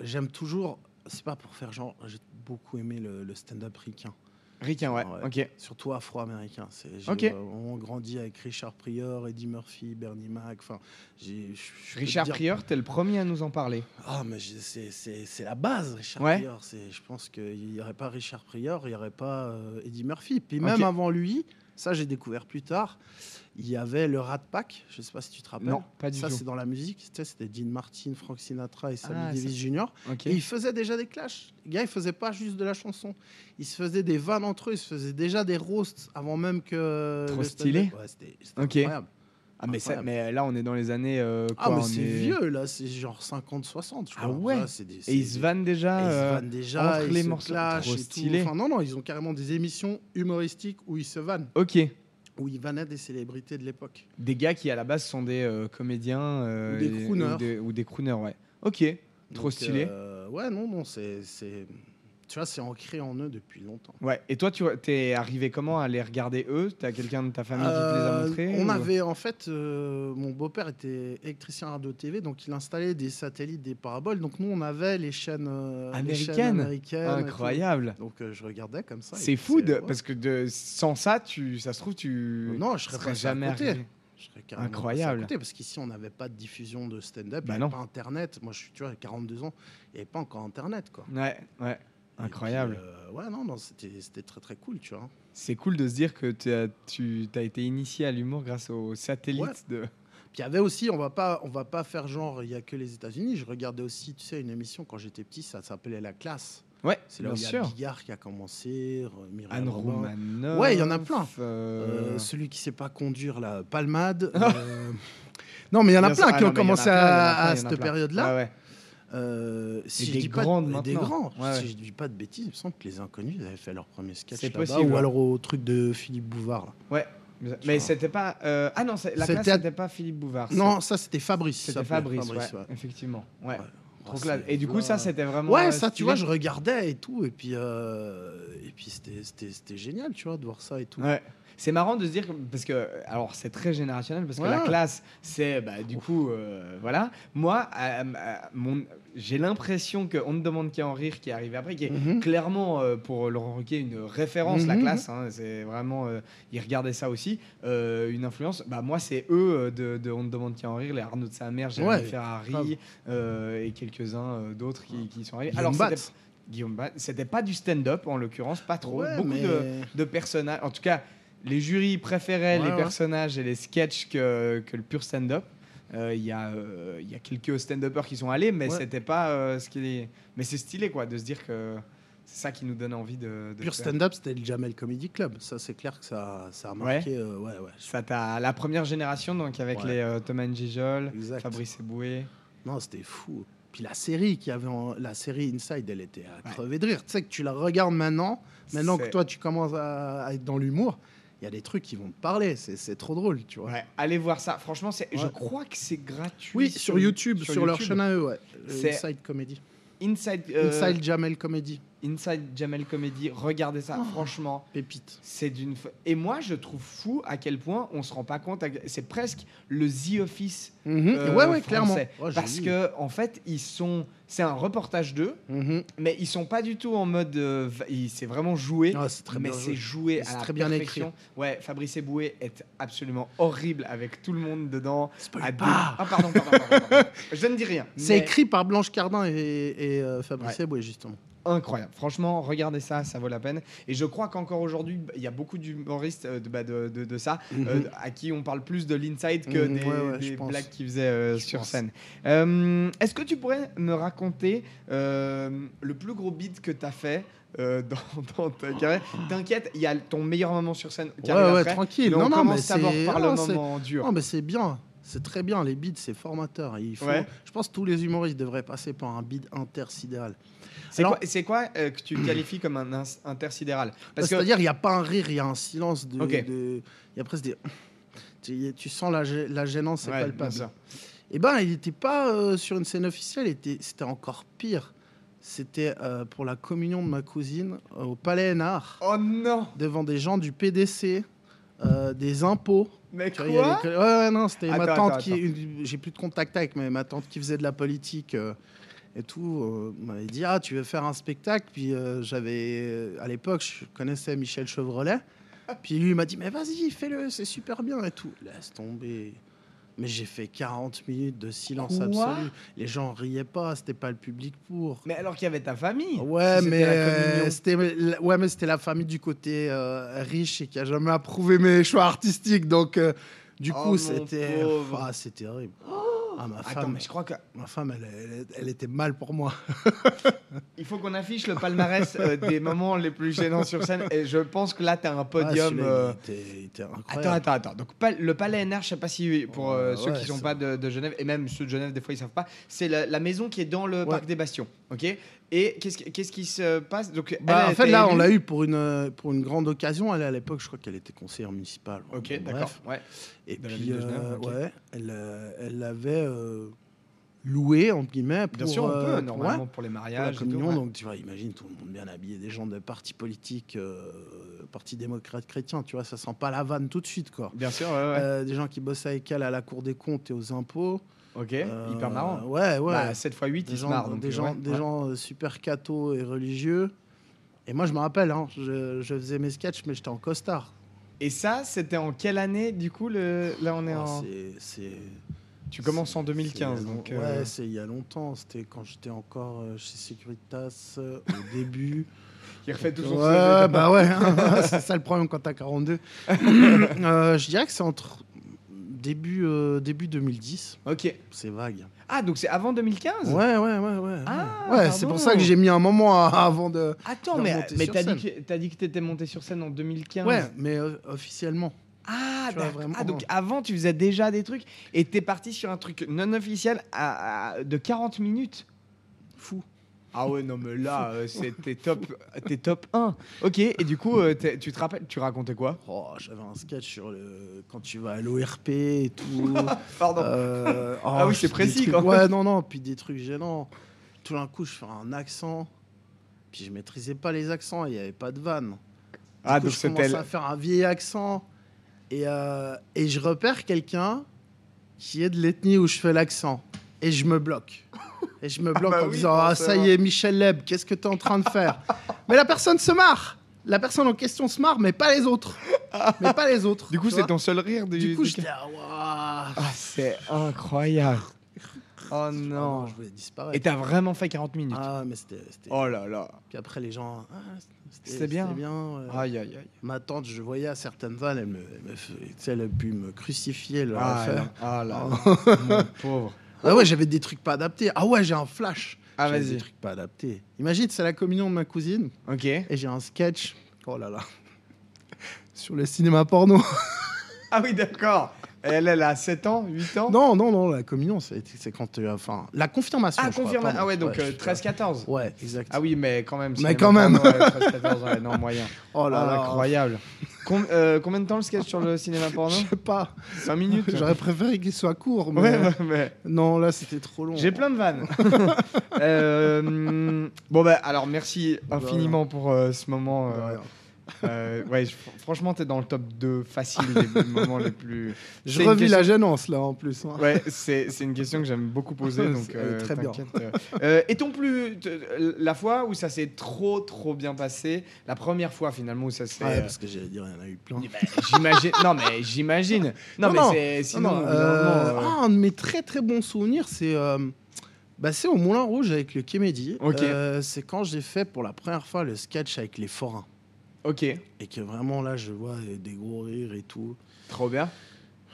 [SPEAKER 3] J'aime toujours. C'est pas pour faire genre. J'ai beaucoup aimé le, le stand-up ricain,
[SPEAKER 1] Ricain, ouais.
[SPEAKER 3] Ouais.
[SPEAKER 1] Ok.
[SPEAKER 3] surtout afro-américain. C'est, j'ai
[SPEAKER 1] Ok.
[SPEAKER 3] euh, vraiment grandi avec Richard Pryor, Eddie Murphy, Bernie Mac. Enfin, j'ai. je- je peux te
[SPEAKER 1] Richard
[SPEAKER 3] dire-
[SPEAKER 1] Prieur, t'es le premier à nous en parler.
[SPEAKER 3] Ah, mais j'ai- c'est, c'est- c'est la base, Richard
[SPEAKER 1] Ouais.
[SPEAKER 3] Pryor. C'est, je pense qu'il n'y aurait pas Richard Pryor, il n'y aurait pas euh, Eddie Murphy. Puis
[SPEAKER 1] Ok.
[SPEAKER 3] même avant lui, ça j'ai découvert plus tard, il y avait le Rat Pack. Je ne sais pas si tu te rappelles.
[SPEAKER 1] Non, pas du
[SPEAKER 3] Ah, ça
[SPEAKER 1] tout.
[SPEAKER 3] c'est dans la musique. Tu sais, C'était Dean Martin, Frank Sinatra et Sammy
[SPEAKER 1] Ah,
[SPEAKER 3] Davis Jr.
[SPEAKER 1] Ok.
[SPEAKER 3] Et ils faisaient déjà des clashs. Les gars, ils faisaient pas juste de la chanson. Ils se faisaient des vannes entre eux. Ils se faisaient déjà des roasts avant même que.
[SPEAKER 1] Trop
[SPEAKER 3] le
[SPEAKER 1] stylé.
[SPEAKER 3] stand-up. Ouais, c'était c'était
[SPEAKER 1] Ok.
[SPEAKER 3] incroyable.
[SPEAKER 1] Ah, mais, ça-
[SPEAKER 3] incroyable.
[SPEAKER 1] mais là, on est dans les années. euh,
[SPEAKER 3] Ah,
[SPEAKER 1] quoi,
[SPEAKER 3] mais
[SPEAKER 1] on
[SPEAKER 3] c'est
[SPEAKER 1] est-
[SPEAKER 3] vieux là. C'est genre 50-60. je
[SPEAKER 1] Ah
[SPEAKER 3] crois.
[SPEAKER 1] ouais.
[SPEAKER 3] c'est des- c'est
[SPEAKER 1] Et ils se
[SPEAKER 3] des-
[SPEAKER 1] vannent déjà.
[SPEAKER 3] et ils se
[SPEAKER 1] euh,
[SPEAKER 3] vannent déjà,
[SPEAKER 1] entre
[SPEAKER 3] ils
[SPEAKER 1] les
[SPEAKER 3] se
[SPEAKER 1] morceaux.
[SPEAKER 3] clashent
[SPEAKER 1] Trop
[SPEAKER 3] et tout.
[SPEAKER 1] stylé.
[SPEAKER 3] Enfin, non, non, ils ont carrément des émissions humoristiques où ils se vannent,
[SPEAKER 1] Ok.
[SPEAKER 3] où ils vannaient des célébrités de l'époque.
[SPEAKER 1] Des gars qui à la base sont des euh, comédiens euh,
[SPEAKER 3] Ou des
[SPEAKER 1] et-
[SPEAKER 3] crooners.
[SPEAKER 1] Ou des, ou des crooners, ouais. Ok, trop
[SPEAKER 3] Donc,
[SPEAKER 1] stylé.
[SPEAKER 3] euh, ouais, non, non, c'est, c'est, tu vois, c'est ancré en eux depuis longtemps.
[SPEAKER 1] Ouais. Et toi, tu es arrivé comment à les regarder eux T'as quelqu'un de ta famille
[SPEAKER 3] Euh,
[SPEAKER 1] qui te les a montrés
[SPEAKER 3] on
[SPEAKER 1] ou-
[SPEAKER 3] avait en fait, euh, mon beau-père était électricien radio-tv, donc il installait des satellites, des paraboles. Donc nous, on avait les chaînes, euh, les chaînes
[SPEAKER 1] Américaines.
[SPEAKER 3] américaines et tout.
[SPEAKER 1] Incroyable.
[SPEAKER 3] Donc euh, je regardais comme ça. et
[SPEAKER 1] C'est
[SPEAKER 3] puis
[SPEAKER 1] fou de-
[SPEAKER 3] ouais.
[SPEAKER 1] parce que de, sans ça, tu, ça se trouve, tu
[SPEAKER 3] Non, je serais
[SPEAKER 1] serais
[SPEAKER 3] pas
[SPEAKER 1] jamais arrivé.
[SPEAKER 3] Je serais carrément passé à
[SPEAKER 1] Incroyable.
[SPEAKER 3] côté, parce qu'ici, on n'avait pas de diffusion de stand-up, il
[SPEAKER 1] Bah
[SPEAKER 3] n'y
[SPEAKER 1] non.
[SPEAKER 3] avait pas Internet. Moi, je suis, tu vois, à 42 ans, il n'y avait pas encore Internet, quoi.
[SPEAKER 1] Ouais, ouais.
[SPEAKER 3] Et
[SPEAKER 1] Incroyable.
[SPEAKER 3] puis, euh, ouais, non, non, c'était c'était très, très cool, tu vois.
[SPEAKER 1] C'est cool de se dire que t'as- tu as été initié à l'humour grâce aux satellites de.
[SPEAKER 3] Puis il y avait aussi, on va pas, on va pas faire genre, il n'y a que les États-Unis. Je regardais aussi, tu sais, une émission quand j'étais petit, ça s'appelait La Classe.
[SPEAKER 1] Ouais,
[SPEAKER 3] C'est là
[SPEAKER 1] bien
[SPEAKER 3] où il y a
[SPEAKER 1] sûr.
[SPEAKER 3] Bigard qui a commencé, euh, Mireille
[SPEAKER 1] Anne
[SPEAKER 3] Robin.
[SPEAKER 1] Romanoff.
[SPEAKER 3] Ouais, il y en a plein.
[SPEAKER 1] euh,
[SPEAKER 3] Euh, celui qui sait pas conduire la palmade. euh, Non, mais il y en a
[SPEAKER 1] Bien sûr.
[SPEAKER 3] plein
[SPEAKER 1] Ah
[SPEAKER 3] qui
[SPEAKER 1] non, mais il y en
[SPEAKER 3] ont
[SPEAKER 1] a
[SPEAKER 3] commencé
[SPEAKER 1] plein, il y en a
[SPEAKER 3] à,
[SPEAKER 1] plein,
[SPEAKER 3] à
[SPEAKER 1] il y en a
[SPEAKER 3] cette
[SPEAKER 1] plein.
[SPEAKER 3] période-là.
[SPEAKER 1] Ouais, ouais.
[SPEAKER 3] Euh, si
[SPEAKER 1] Et
[SPEAKER 3] je
[SPEAKER 1] des
[SPEAKER 3] dis pas de-
[SPEAKER 1] grandes
[SPEAKER 3] et des
[SPEAKER 1] maintenant.
[SPEAKER 3] grands.
[SPEAKER 1] Ouais,
[SPEAKER 3] si
[SPEAKER 1] ouais.
[SPEAKER 3] je dis pas de bêtises, il me semble que les inconnus ils avaient fait leur premier sketch
[SPEAKER 1] C'est
[SPEAKER 3] là-bas,
[SPEAKER 1] possible, Ah,
[SPEAKER 3] ou
[SPEAKER 1] ouais.
[SPEAKER 3] alors au truc de Philippe Bouvard. là.
[SPEAKER 1] Mais-
[SPEAKER 3] Tu
[SPEAKER 1] Mais
[SPEAKER 3] vois.
[SPEAKER 1] c'était pas. euh, Ah non, c'est- la
[SPEAKER 3] C'était
[SPEAKER 1] classe,
[SPEAKER 3] à-
[SPEAKER 1] c'était pas Philippe Bouvard. ça.
[SPEAKER 3] Non, ça c'était Fabrice. ça
[SPEAKER 1] c'était
[SPEAKER 3] s'appelait,
[SPEAKER 1] Fabrice, ouais,
[SPEAKER 3] ouais.
[SPEAKER 1] effectivement. Ouais.
[SPEAKER 3] Ouais.
[SPEAKER 1] Trop
[SPEAKER 3] Oh,
[SPEAKER 1] classe.
[SPEAKER 3] c'est-
[SPEAKER 1] Et du coup,
[SPEAKER 3] ouais.
[SPEAKER 1] ça, c'était vraiment.
[SPEAKER 3] Ouais,
[SPEAKER 1] euh,
[SPEAKER 3] ça, tu
[SPEAKER 1] stylé.
[SPEAKER 3] vois, je regardais et tout, et puis, euh, et puis c'était- c'était c'était génial, tu vois, de voir ça et tout.
[SPEAKER 1] Ouais. C'est marrant de se dire que- parce que alors c'est très générationnel parce que la
[SPEAKER 3] Ouais.
[SPEAKER 1] classe c'est bah, du coup euh, voilà moi euh, euh, mon- j'ai l'impression que on ne demande qu'à en rire qui est arrivé après qui est
[SPEAKER 3] Mhm.
[SPEAKER 1] clairement euh, pour Laurent Ruquier une référence la
[SPEAKER 3] Mhm.
[SPEAKER 1] classe hein, c'est vraiment euh, il regardait ça aussi euh, une influence bah moi c'est eux euh, de, de on ne demande qu'à en rire les Arnaud de sa mère Jérémy
[SPEAKER 3] Ouais, grave.
[SPEAKER 1] Ferrari euh, et quelques uns d'autres qui, qui sont arrivés
[SPEAKER 3] Guillaume
[SPEAKER 1] alors c'était-
[SPEAKER 3] Batz.
[SPEAKER 1] Guillaume Batz, c'était pas du stand-up en l'occurrence pas trop
[SPEAKER 3] Ouais,
[SPEAKER 1] beaucoup
[SPEAKER 3] mais-
[SPEAKER 1] de de personnages. En tout cas, les jurys préféraient
[SPEAKER 3] Ouais,
[SPEAKER 1] les
[SPEAKER 3] ouais.
[SPEAKER 1] personnages et les sketchs que, que le pur stand-up. Euh, Il y, a, euh, il y a quelques stand-uppers qui sont allés, mais
[SPEAKER 3] Ouais.
[SPEAKER 1] c'était pas euh, ce qui est. Mais c'est stylé, quoi, de se dire que c'est ça qui nous donne envie de. de
[SPEAKER 3] Pure
[SPEAKER 1] faire.
[SPEAKER 3] stand-up, c'était le Jamel Comedy Club. Ça, c'est clair que ça, ça a marqué. euh, Ouais, ouais.
[SPEAKER 1] Ça, t'as la première génération, donc avec
[SPEAKER 3] Ouais.
[SPEAKER 1] les euh, Thomas Njijol,
[SPEAKER 3] Exact.
[SPEAKER 1] Fabrice Eboué.
[SPEAKER 3] Non, c'était fou. Puis la série qui avait en- la série Inside, elle était à crever de rire. Tu sais que tu la regardes maintenant, maintenant que
[SPEAKER 1] C'est-
[SPEAKER 3] toi tu commences à, à être dans l'humour, il y a des trucs qui vont te parler. C'est c'est trop drôle, tu vois.
[SPEAKER 1] Ouais, allez voir ça. Franchement, c'est, je
[SPEAKER 3] Ouais.
[SPEAKER 1] crois que c'est gratuit.
[SPEAKER 3] Oui, sur YouTube, sur, leur
[SPEAKER 1] YouTube.
[SPEAKER 3] chaîne à eux, ouais. Euh,
[SPEAKER 1] C'est-
[SPEAKER 3] Inside Comedy.
[SPEAKER 1] Inside, euh,
[SPEAKER 3] Inside Jamel Comedy.
[SPEAKER 1] Inside Jamel Comedy, regardez ça,
[SPEAKER 3] Oh.
[SPEAKER 1] franchement.
[SPEAKER 3] Pépite.
[SPEAKER 1] C'est d'une. fa- Et moi, je trouve fou à quel point on se rend pas compte. à- C'est presque le The Office.
[SPEAKER 3] Mhm.
[SPEAKER 1] euh,
[SPEAKER 3] ouais, ouais,
[SPEAKER 1] français.
[SPEAKER 3] clairement. Oh, Ouais, j'ai
[SPEAKER 1] Parce
[SPEAKER 3] vu.
[SPEAKER 1] que, en fait, ils sont. C'est un reportage d'eux,
[SPEAKER 3] Mhm.
[SPEAKER 1] mais ils sont pas du tout en mode. euh, va- ils- C'est vraiment joué.
[SPEAKER 3] Ah, c'est très
[SPEAKER 1] mais
[SPEAKER 3] bien
[SPEAKER 1] c'est
[SPEAKER 3] joué.
[SPEAKER 1] joué
[SPEAKER 3] C'est
[SPEAKER 1] à la
[SPEAKER 3] très bien
[SPEAKER 1] perfection. Ouais, Fabrice Eboué est absolument horrible avec tout le monde dedans.
[SPEAKER 3] Spoil
[SPEAKER 1] à deux-
[SPEAKER 3] pas.
[SPEAKER 1] Ah, pardon, pardon, pardon, pardon. Je ne dis rien.
[SPEAKER 3] C'est
[SPEAKER 1] mais-
[SPEAKER 3] écrit par Blanche Cardin et, et, euh, Fabrice Eboué, justement.
[SPEAKER 1] incroyable. Franchement, regardez ça, ça vaut la peine. Et je crois qu'encore aujourd'hui, il y a beaucoup d'humoristes euh, de, bah, de, de- de ça, euh,
[SPEAKER 3] Mhm.
[SPEAKER 1] à qui on parle plus de l'inside que
[SPEAKER 3] Mhm,
[SPEAKER 1] des,
[SPEAKER 3] ouais, ouais,
[SPEAKER 1] des
[SPEAKER 3] je pense.
[SPEAKER 1] blagues qu'ils faisaient euh,
[SPEAKER 3] Je
[SPEAKER 1] sur
[SPEAKER 3] pense.
[SPEAKER 1] scène. Euh, Est-ce que tu pourrais me raconter euh, le plus gros beat que tu as fait euh, dans, dans ta carrière T'inquiète, il y a ton meilleur moment sur scène qui arrive
[SPEAKER 3] ouais, ouais,
[SPEAKER 1] après,
[SPEAKER 3] tranquille.
[SPEAKER 1] mais on
[SPEAKER 3] Non, non, mais
[SPEAKER 1] commence
[SPEAKER 3] c'est.
[SPEAKER 1] d'abord par
[SPEAKER 3] non,
[SPEAKER 1] le
[SPEAKER 3] c'est-
[SPEAKER 1] moment dur.
[SPEAKER 3] Non, mais c'est bien. C'est très bien. Les bids, c'est formateur. Il faut...
[SPEAKER 1] Ouais.
[SPEAKER 3] Je pense que tous les humoristes devraient passer par un bid intersidéral.
[SPEAKER 1] C'est
[SPEAKER 3] alors- Bah,
[SPEAKER 1] quoi, c'est quoi, euh, que tu qualifies comme un ins- intersidéral Parce que
[SPEAKER 3] C'est-à-dire, il n'y a pas un rire, il y a un silence. De,
[SPEAKER 1] Ok.
[SPEAKER 3] de- Il y a presque des. Tu, tu sens la, gê- la gênance, c'est
[SPEAKER 1] Ouais, bien
[SPEAKER 3] palpable.
[SPEAKER 1] sûr.
[SPEAKER 3] Eh ben, il n'était pas euh, sur une scène officielle, il était- c'était encore pire. C'était euh, pour la communion de ma cousine euh, au Palais Hénard,
[SPEAKER 1] Oh non
[SPEAKER 3] devant des gens du PDC, euh, des impôts.
[SPEAKER 1] Mais
[SPEAKER 3] Tu vois, il y
[SPEAKER 1] quoi
[SPEAKER 3] avait que- ouais, ouais, non, c'était ma
[SPEAKER 1] Attends,
[SPEAKER 3] tante
[SPEAKER 1] attends,
[SPEAKER 3] qui. une- J'ai plus de contact avec, mais ma tante qui faisait de la politique euh, et tout euh, m'avait dit Ah, tu veux faire un spectacle Puis euh, j'avais. euh, À l'époque, je connaissais Michel Chevrolet. Puis lui, il m'a dit Mais vas-y, fais-le, c'est super bien et tout. Laisse tomber. Mais j'ai fait 40 minutes de silence
[SPEAKER 1] Quoi
[SPEAKER 3] absolu. Les gens riaient pas, c'était pas le public pour.
[SPEAKER 1] Mais alors qu'il y avait ta famille.
[SPEAKER 3] Ouais
[SPEAKER 1] Si c'était
[SPEAKER 3] mais,
[SPEAKER 1] la
[SPEAKER 3] euh,
[SPEAKER 1] communion.
[SPEAKER 3] c'était, la- ouais, mais c'était la famille du côté euh, riche et qui a jamais approuvé mes choix artistiques. Donc, euh, du
[SPEAKER 1] Oh,
[SPEAKER 3] coup,
[SPEAKER 1] mon
[SPEAKER 3] c'était.
[SPEAKER 1] pauvre. Oh.
[SPEAKER 3] Ah, c'était horrible. Ah, ma
[SPEAKER 1] Attends,
[SPEAKER 3] femme,
[SPEAKER 1] mais je crois que
[SPEAKER 3] ma femme elle, elle- elle était mal pour moi.
[SPEAKER 1] il faut qu'on affiche le palmarès euh, des moments les plus gênants sur scène. Et je pense que là, t'as un
[SPEAKER 3] Ah,
[SPEAKER 1] podium.
[SPEAKER 3] celui-là,
[SPEAKER 1] euh,
[SPEAKER 3] il, était, il était incroyable.
[SPEAKER 1] Attends, attends, attends. Donc, pal- le Palais NR, je sais pas si pour euh,
[SPEAKER 3] Ouais,
[SPEAKER 1] ceux qui
[SPEAKER 3] ouais,
[SPEAKER 1] sont
[SPEAKER 3] ça-
[SPEAKER 1] pas de, de Genève, et même ceux de Genève, des fois, ils savent pas, c'est la, la maison qui est dans le parc des Bastions. OK Et qu'est-ce qui- qu'est-ce qui se passe Donc, elle,
[SPEAKER 3] Bah,
[SPEAKER 1] elle
[SPEAKER 3] en fait,
[SPEAKER 1] était
[SPEAKER 3] là,
[SPEAKER 1] élue.
[SPEAKER 3] on l'a eu pour une, euh, pour une grande occasion. Elle, à l'époque, je crois qu'elle était conseillère municipale.
[SPEAKER 1] Ok,
[SPEAKER 3] Bon,
[SPEAKER 1] d'accord.
[SPEAKER 3] bref.
[SPEAKER 1] Ouais.
[SPEAKER 3] Et
[SPEAKER 1] De la
[SPEAKER 3] puis,
[SPEAKER 1] ville de Genève,
[SPEAKER 3] euh,
[SPEAKER 1] ok.
[SPEAKER 3] ouais, elle, euh, elle l'avait euh, loué, en guillemets. Pour,
[SPEAKER 1] Bien sûr, on
[SPEAKER 3] euh,
[SPEAKER 1] peut,
[SPEAKER 3] pour- ouais.
[SPEAKER 1] normalement, pour les
[SPEAKER 3] pour la
[SPEAKER 1] mariages. et tout,
[SPEAKER 3] communion.
[SPEAKER 1] ouais.
[SPEAKER 3] Donc, tu vois, imagine tout le monde bien habillé, des gens de partis politiques, euh, parti démocrate chrétien, tu vois, ça sent pas la vanne tout de suite, quoi.
[SPEAKER 1] Bien sûr, ouais, ouais.
[SPEAKER 3] Euh, des gens qui bossent avec elle à la Cour des comptes et aux impôts.
[SPEAKER 1] OK,
[SPEAKER 3] Euh,
[SPEAKER 1] hyper marrant.
[SPEAKER 3] Ouais, ouais.
[SPEAKER 1] Bah, 7 x 8,
[SPEAKER 3] des
[SPEAKER 1] ils se
[SPEAKER 3] gens,
[SPEAKER 1] marrent. donc,
[SPEAKER 3] des gens,
[SPEAKER 1] ouais.
[SPEAKER 3] des
[SPEAKER 1] Ouais.
[SPEAKER 3] gens euh, super cathos et religieux. Et moi, je me rappelle, hein, je, je faisais mes sketchs, mais j'étais en costard.
[SPEAKER 1] Et ça, c'était en quelle année, du coup le... Là, on est
[SPEAKER 3] Oh,
[SPEAKER 1] en.
[SPEAKER 3] c'est- c'est-
[SPEAKER 1] Tu commences en
[SPEAKER 3] c'est-
[SPEAKER 1] 2015,
[SPEAKER 3] c'est-
[SPEAKER 1] donc.
[SPEAKER 3] Ouais,
[SPEAKER 1] euh,
[SPEAKER 3] c'est il y a longtemps. C'était quand j'étais encore euh, chez Securitas, euh, au début.
[SPEAKER 1] Il refait toujours hein.
[SPEAKER 3] ouais,
[SPEAKER 1] ce-
[SPEAKER 3] bah ouais, c'est ça le problème quand t'as 42. Euh, je dirais que c'est entre début, euh, début 2010,
[SPEAKER 1] Ok.
[SPEAKER 3] c'est vague.
[SPEAKER 1] Ah, donc c'est avant 2015
[SPEAKER 3] Ouais, ouais, ouais, ouais. ouais.
[SPEAKER 1] Ah,
[SPEAKER 3] ouais, c'est pour
[SPEAKER 1] pardon.
[SPEAKER 3] ça que j'ai mis un moment à- avant de.
[SPEAKER 1] Attends,
[SPEAKER 3] de
[SPEAKER 1] mais,
[SPEAKER 3] remonter
[SPEAKER 1] mais
[SPEAKER 3] sur
[SPEAKER 1] t'as
[SPEAKER 3] scène.
[SPEAKER 1] dit que t'as dit que t'étais monté sur scène en 2015
[SPEAKER 3] Ouais, mais euh, officiellement.
[SPEAKER 1] Ah,
[SPEAKER 3] Tu vois,
[SPEAKER 1] d'accord.
[SPEAKER 3] vraiment.
[SPEAKER 1] Ah, donc avant, tu faisais déjà des trucs et t'es parti sur un truc non officiel à- à- de 40 minutes
[SPEAKER 3] Fou.
[SPEAKER 1] ah ouais non mais là euh, c'est- t'es top t'es top 1 ok et du coup euh, t'es- tu te rappelles tu racontais quoi
[SPEAKER 3] Oh, j'avais un sketch sur le. Quand tu vas à l'ORP et tout.
[SPEAKER 1] pardon
[SPEAKER 3] Euh, oh,
[SPEAKER 1] Ah oui, c'est
[SPEAKER 3] des
[SPEAKER 1] précis,
[SPEAKER 3] trucs-
[SPEAKER 1] quand même.
[SPEAKER 3] Ouais, non, non, puis des trucs gênants. Tout d'un coup, je fais un accent, puis je maîtrisais pas les accents, il n'y avait pas de vanne.
[SPEAKER 1] Ah,
[SPEAKER 3] coup,
[SPEAKER 1] donc
[SPEAKER 3] je commence
[SPEAKER 1] c'était.
[SPEAKER 3] à faire un vieil accent et, euh, et je repère quelqu'un qui est de l'ethnie où je fais l'accent et je me bloque. Et je me bloque
[SPEAKER 1] bah
[SPEAKER 3] en
[SPEAKER 1] oui,
[SPEAKER 3] disant Ah, ça
[SPEAKER 1] forcément.
[SPEAKER 3] y est, Michel Leb, qu'est-ce que tu es en train de faire Mais la personne se marre La personne en question se marre, mais pas les autres Mais pas les autres
[SPEAKER 1] Du coup,
[SPEAKER 3] tu
[SPEAKER 1] c'est
[SPEAKER 3] vois.
[SPEAKER 1] ton seul rire du.
[SPEAKER 3] Du coup,
[SPEAKER 1] du-
[SPEAKER 3] j'étais Ah, waouh
[SPEAKER 1] Ah, c'est incroyable. Oh
[SPEAKER 3] Ah Non,
[SPEAKER 1] non.
[SPEAKER 3] je voulais disparaître.
[SPEAKER 1] Et t'as vraiment fait 40 minutes.
[SPEAKER 3] Ah, mais c'était. c'était-
[SPEAKER 1] Oh là là.
[SPEAKER 3] Puis après, les gens. Ah,
[SPEAKER 1] C'était bien. Ah,
[SPEAKER 3] C'était bien euh, ouais.
[SPEAKER 1] Aïe aïe aïe.
[SPEAKER 3] Ma tante, je voyais à certaines vannes, elle, me, elle, me f- tu sais, elle a pu me crucifier. Elle
[SPEAKER 1] Ah là ah
[SPEAKER 3] ah,
[SPEAKER 1] là. Mon pauvre.
[SPEAKER 3] ah ouais, j'avais des trucs pas adaptés. Ah ouais, j'ai un flash.
[SPEAKER 1] Ah
[SPEAKER 3] J'avais Des
[SPEAKER 1] vas-y.
[SPEAKER 3] trucs pas adaptés. Imagine, c'est la communion de ma cousine
[SPEAKER 1] Ok.
[SPEAKER 3] et j'ai un sketch. Oh là là. Sur le cinéma porno.
[SPEAKER 1] Ah oui, d'accord. Elle, elle a 7 ans, 8 ans
[SPEAKER 3] Non, non, non, la communion, c'est c'est quand. euh, Enfin, la confirmation.
[SPEAKER 1] Ah,
[SPEAKER 3] je crois,
[SPEAKER 1] confirme.
[SPEAKER 3] pardon.
[SPEAKER 1] Ah ouais, donc
[SPEAKER 3] je
[SPEAKER 1] euh,
[SPEAKER 3] suis-
[SPEAKER 1] 13-14.
[SPEAKER 3] Ouais, exact.
[SPEAKER 1] Ah oui, mais quand même.
[SPEAKER 3] Mais
[SPEAKER 1] cinéma,
[SPEAKER 3] quand même.
[SPEAKER 1] pardon, ouais, 13-14, ouais, non, moyen.
[SPEAKER 3] Oh là là.
[SPEAKER 1] Ah, Incroyable. Com- euh, combien de temps le sketch sur le cinéma porno
[SPEAKER 3] Je sais pas.
[SPEAKER 1] 5 minutes
[SPEAKER 3] J'aurais préféré qu'il soit court, mais
[SPEAKER 1] Ouais, ouais, mais
[SPEAKER 3] non, là, c'était trop long.
[SPEAKER 1] j'ai plein de vannes. Euh, bon, bah alors merci infiniment pour euh, ce moment.
[SPEAKER 3] De
[SPEAKER 1] euh,
[SPEAKER 3] rien.
[SPEAKER 1] euh, ouais, je- franchement, t'es dans le top 2 facile des moments les plus.
[SPEAKER 3] Je
[SPEAKER 1] C'est une
[SPEAKER 3] revis la
[SPEAKER 1] question-
[SPEAKER 3] gênance, là, en plus. hein.
[SPEAKER 1] Ouais, c'est c'est une question que j'aime beaucoup poser, donc
[SPEAKER 3] C'est- elle est
[SPEAKER 1] euh,
[SPEAKER 3] très bien.
[SPEAKER 1] t'inquiète, euh. Euh, et ton plus t- la fois où ça s'est trop trop bien passé, la première fois finalement où ça s'est.
[SPEAKER 3] Ouais, parce que j'allais dire, il y en a eu plein.
[SPEAKER 1] euh, bah, j'imagine. non mais j'imagine. Non,
[SPEAKER 3] Non,
[SPEAKER 1] mais
[SPEAKER 3] non,
[SPEAKER 1] c'est sinon.
[SPEAKER 3] Non, non,
[SPEAKER 1] au bout d'un
[SPEAKER 3] euh,
[SPEAKER 1] moment, euh,
[SPEAKER 3] ah, un de mes très très bons souvenirs, c'est euh, bah, c'est au Moulin Rouge avec le Kémédi.
[SPEAKER 1] Ok.
[SPEAKER 3] Euh, c'est quand j'ai fait pour la première fois le sketch avec les forains. ah.
[SPEAKER 1] Ok,
[SPEAKER 3] Et que vraiment là, je vois euh, des gros rires et tout.
[SPEAKER 1] trop bien.